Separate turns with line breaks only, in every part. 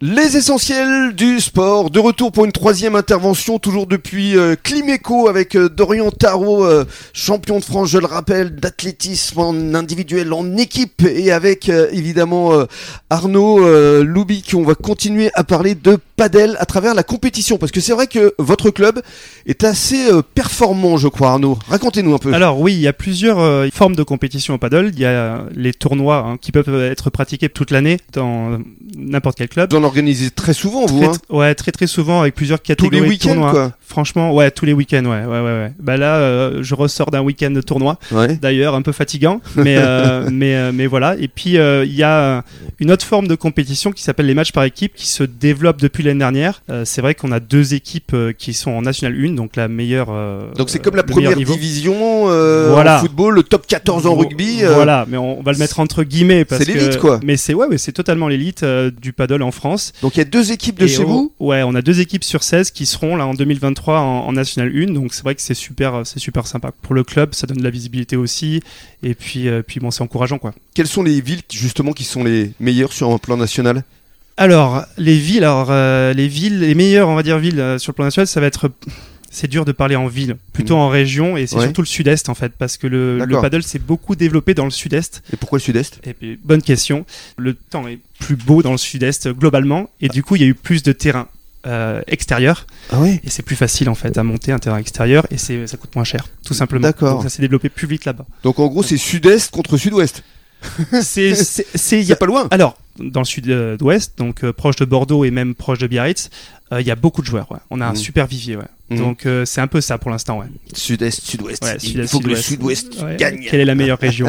Les essentiels du sport, de retour pour une troisième intervention, toujours depuis euh, Climéco avec euh, Dorian Tarot, euh, champion de France, je le rappelle, d'athlétisme en individuel, en équipe, et avec euh, évidemment euh, Arnaud euh, Loubic. On va continuer à parler de padel à travers la compétition, parce que c'est vrai que votre club est assez euh, performant, je crois, Arnaud. Racontez-nous un peu.
Alors oui, il y a plusieurs euh, formes de compétition au paddle. Il y a euh, les tournois hein, qui peuvent être pratiqués toute l'année dans euh, n'importe quel club.
Vous en organisez très souvent, vous,
Très,
hein
ouais, très très souvent avec plusieurs
tous les
catégories de
week-ends,
tournois.
quoi.
Franchement, ouais, tous les week-ends, ouais, ouais, ouais, ouais. Bah là, euh, je ressors d'un week-end de tournoi,
Ouais.
d'ailleurs un peu fatigant, mais euh, mais euh, mais voilà. Et puis euh, il y a une autre forme de compétition qui s'appelle les matchs par équipe, qui se développe depuis l'année dernière. Euh, c'est vrai qu'on a deux équipes euh, qui sont en National 1, donc la meilleure. euh,
Donc c'est comme la
le meilleur
première
niveau.
division euh,
Voilà.
en football, le top 14 en
Vo-
rugby. euh,
Voilà, mais on va le mettre entre guillemets parce
c'est l'élite,
que-
quoi.
Mais c'est ouais, ouais, c'est totalement l'élite euh, du paddle en France.
Donc il y a deux équipes de
Et oh.
chez
on-
vous.
Ouais, on a deux équipes sur 16 qui seront là en 2023 en, en National 1, donc c'est vrai que c'est super, euh, c'est super sympa pour le club, ça donne de la visibilité aussi, et puis euh, puis bon, c'est encourageant quoi.
Quelles sont les villes justement qui sont les meilleures sur un plan national
Alors les villes, alors euh, les villes, les meilleures on va dire villes euh, sur le plan national, ça va être c'est dur de parler en ville, plutôt en région, et c'est
Mm. Ouais.
surtout le sud-est en fait, parce que le, le
D'accord.
paddle s'est beaucoup développé dans le sud-est,
Et pourquoi le sud-est
Eh bien, bonne question. Le temps est plus beau dans le sud-est euh, globalement, et du coup, il y a eu plus de terrain euh, extérieur,
Ah oui.
et c'est plus facile en fait à monter un terrain extérieur, et c'est, ça coûte moins cher, tout simplement.
D'accord.
Donc ça s'est développé plus vite là-bas.
Donc en gros c'est sud-est contre sud-ouest.
c'est, c'est, c'est- il y
C'est
a-
pas loin.
Alors, dans le sud-ouest, donc euh, proche de Bordeaux et même proche de Biarritz, euh, il y a beaucoup de joueurs. ouais. On a un
Mhm.
super vivier. Ouais.
Mhm.
Donc euh, c'est un peu ça pour l'instant. Ouais.
Sud-est, sud-ouest.
Ouais,
il faut que le sud-ouest
Ouais.
gagne.
Quelle est la meilleure région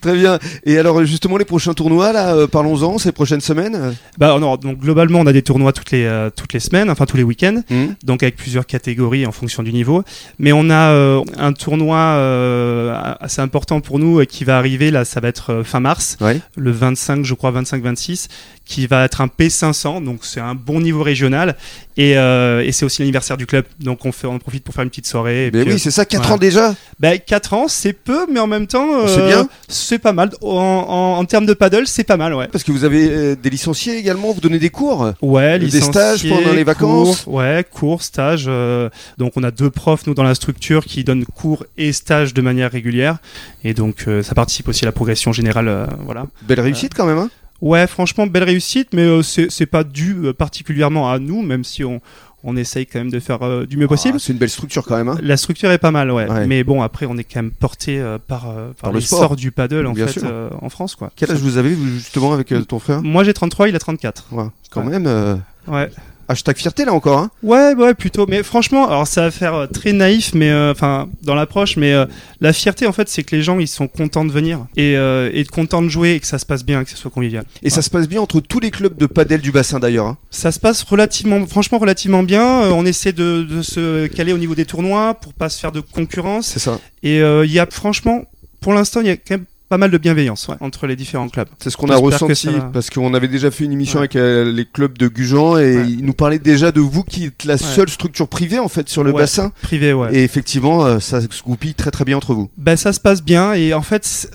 Très bien. Et alors justement les prochains tournois là, euh, parlons-en ces prochaines semaines.
Bah non, donc globalement, on a des tournois toutes les euh, toutes les semaines, enfin tous les week-ends.
Hum.
donc avec plusieurs catégories en fonction du niveau. Mais on a euh, un tournoi euh, assez important pour nous euh, qui va arriver, là ça va être euh, fin mars,
Ouais.
le 25 je crois, 25-26, qui va être un P500, donc c'est un bon niveau régional, et, euh, et c'est aussi l'anniversaire du club, donc on, fait, on en profite pour faire une petite soirée. Et
Mais
puis,
Ben oui, c'est ça, 4
voilà.
ans déjà.
euh, bah, 4 ans c'est peu, mais en même temps
C'est
euh,
bien.
c'est pas mal. En, en- en termes de paddle c'est pas mal, ouais.
Parce que vous avez euh, des licenciés également, vous donnez des cours.
Ouais,
Des
licenciés,
stages pendant les vacances
cours, ouais, cours, stages. euh, donc on a deux profs nous dans la structure qui donnent cours et stages de manière régulière et donc euh, ça participe aussi à la progression générale euh, voilà.
Belle réussite quand même. hein.
Ouais, franchement belle réussite mais euh, c'est c'est pas dû euh, particulièrement à nous même si on on essaye quand même de faire euh, du mieux possible.
Ah, c'est une belle structure quand même. hein.
La structure est pas mal, ouais.
Ouais.
Mais bon, après, on est quand même porté euh, par, euh, par,
Par le
les
sport.
sorts du paddle en,
Bien
fait,
sûr.
euh, en France, quoi.
Quel âge vous avez vous, justement avec euh, ton frère
Moi, j'ai 33, il a 34.
Ouais, Quand
Ouais.
même. euh,
Ouais.
Hashtag fierté là encore. hein.
Ouais, ouais, plutôt. Mais franchement, alors ça va faire euh, très naïf, mais euh, enfin dans l'approche, mais euh, la fierté en fait, c'est que les gens ils sont contents de venir et, euh, et contents de jouer et que ça se passe bien, que ça soit convivial.
Et ça se passe bien entre tous les clubs de padel du bassin d'ailleurs. hein.
Ça se passe relativement, franchement relativement bien. Euh, on essaie de, de se caler au niveau des tournois pour pas se faire de concurrence.
C'est ça.
Et euh, il y a franchement, pour l'instant, il y a quand même pas mal de bienveillance ouais, entre les différents clubs.
C'est ce qu'on a
J'espère que
ressenti
ça va.
parce qu'on avait déjà fait une émission
Ouais.
avec euh, les clubs de Gujan et
Ouais.
ils nous parlaient déjà de vous qui êtes la seule structure privée en fait sur le
Ouais.
bassin
Privé, ouais.
et effectivement euh, ça se goupille très très bien entre vous.
Ben, ça se passe bien et en fait c'est-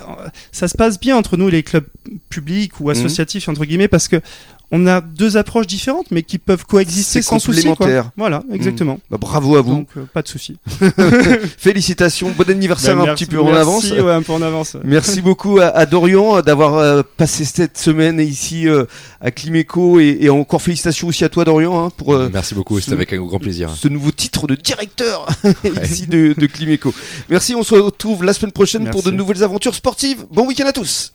ça se passe bien entre nous et les clubs publics
Mhm.
ou associatifs entre guillemets parce que on a deux approches différentes mais qui peuvent coexister
C'est
sans souci quoi.
complémentaire.
Voilà, exactement.
Bah, bravo à vous,
Donc euh, pas de souci.
félicitations, bon anniversaire
Ben,
un
merci-
petit peu en
merci,
avance.
ouais, un peu en avance.
Merci beaucoup à, à Dorian euh, d'avoir euh, passé cette semaine ici euh, à Climéco et, et encore félicitations aussi à toi Dorian hein, pour euh,
Merci beaucoup,
ce-
c'était avec un grand plaisir.
ce nouveau titre de directeur ici de, de Climéco. Merci, on se retrouve la semaine prochaine pour
Merci.
de nouvelles aventures sportives. Bon week-end à tous.